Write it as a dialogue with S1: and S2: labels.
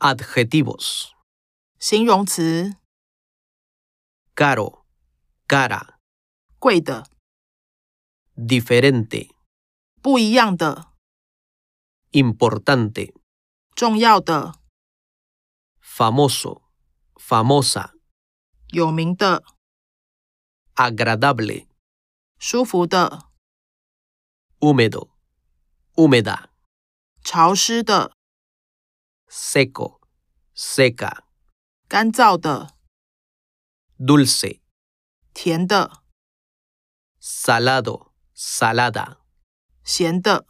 S1: Adjetivos.
S2: 形容词
S1: Caro, cara,
S2: 贵的、
S1: diferente,
S2: 不一样的、
S1: importante,
S2: 重要的、
S1: famoso, famosa,
S2: 有名的、
S1: agradable,
S2: 舒服的、
S1: húmedo, húmeda,
S2: 潮湿的、
S1: seco, seca,
S2: 干燥的、
S1: dulce,
S2: 甜的、
S1: salado, salada.
S2: 咸的。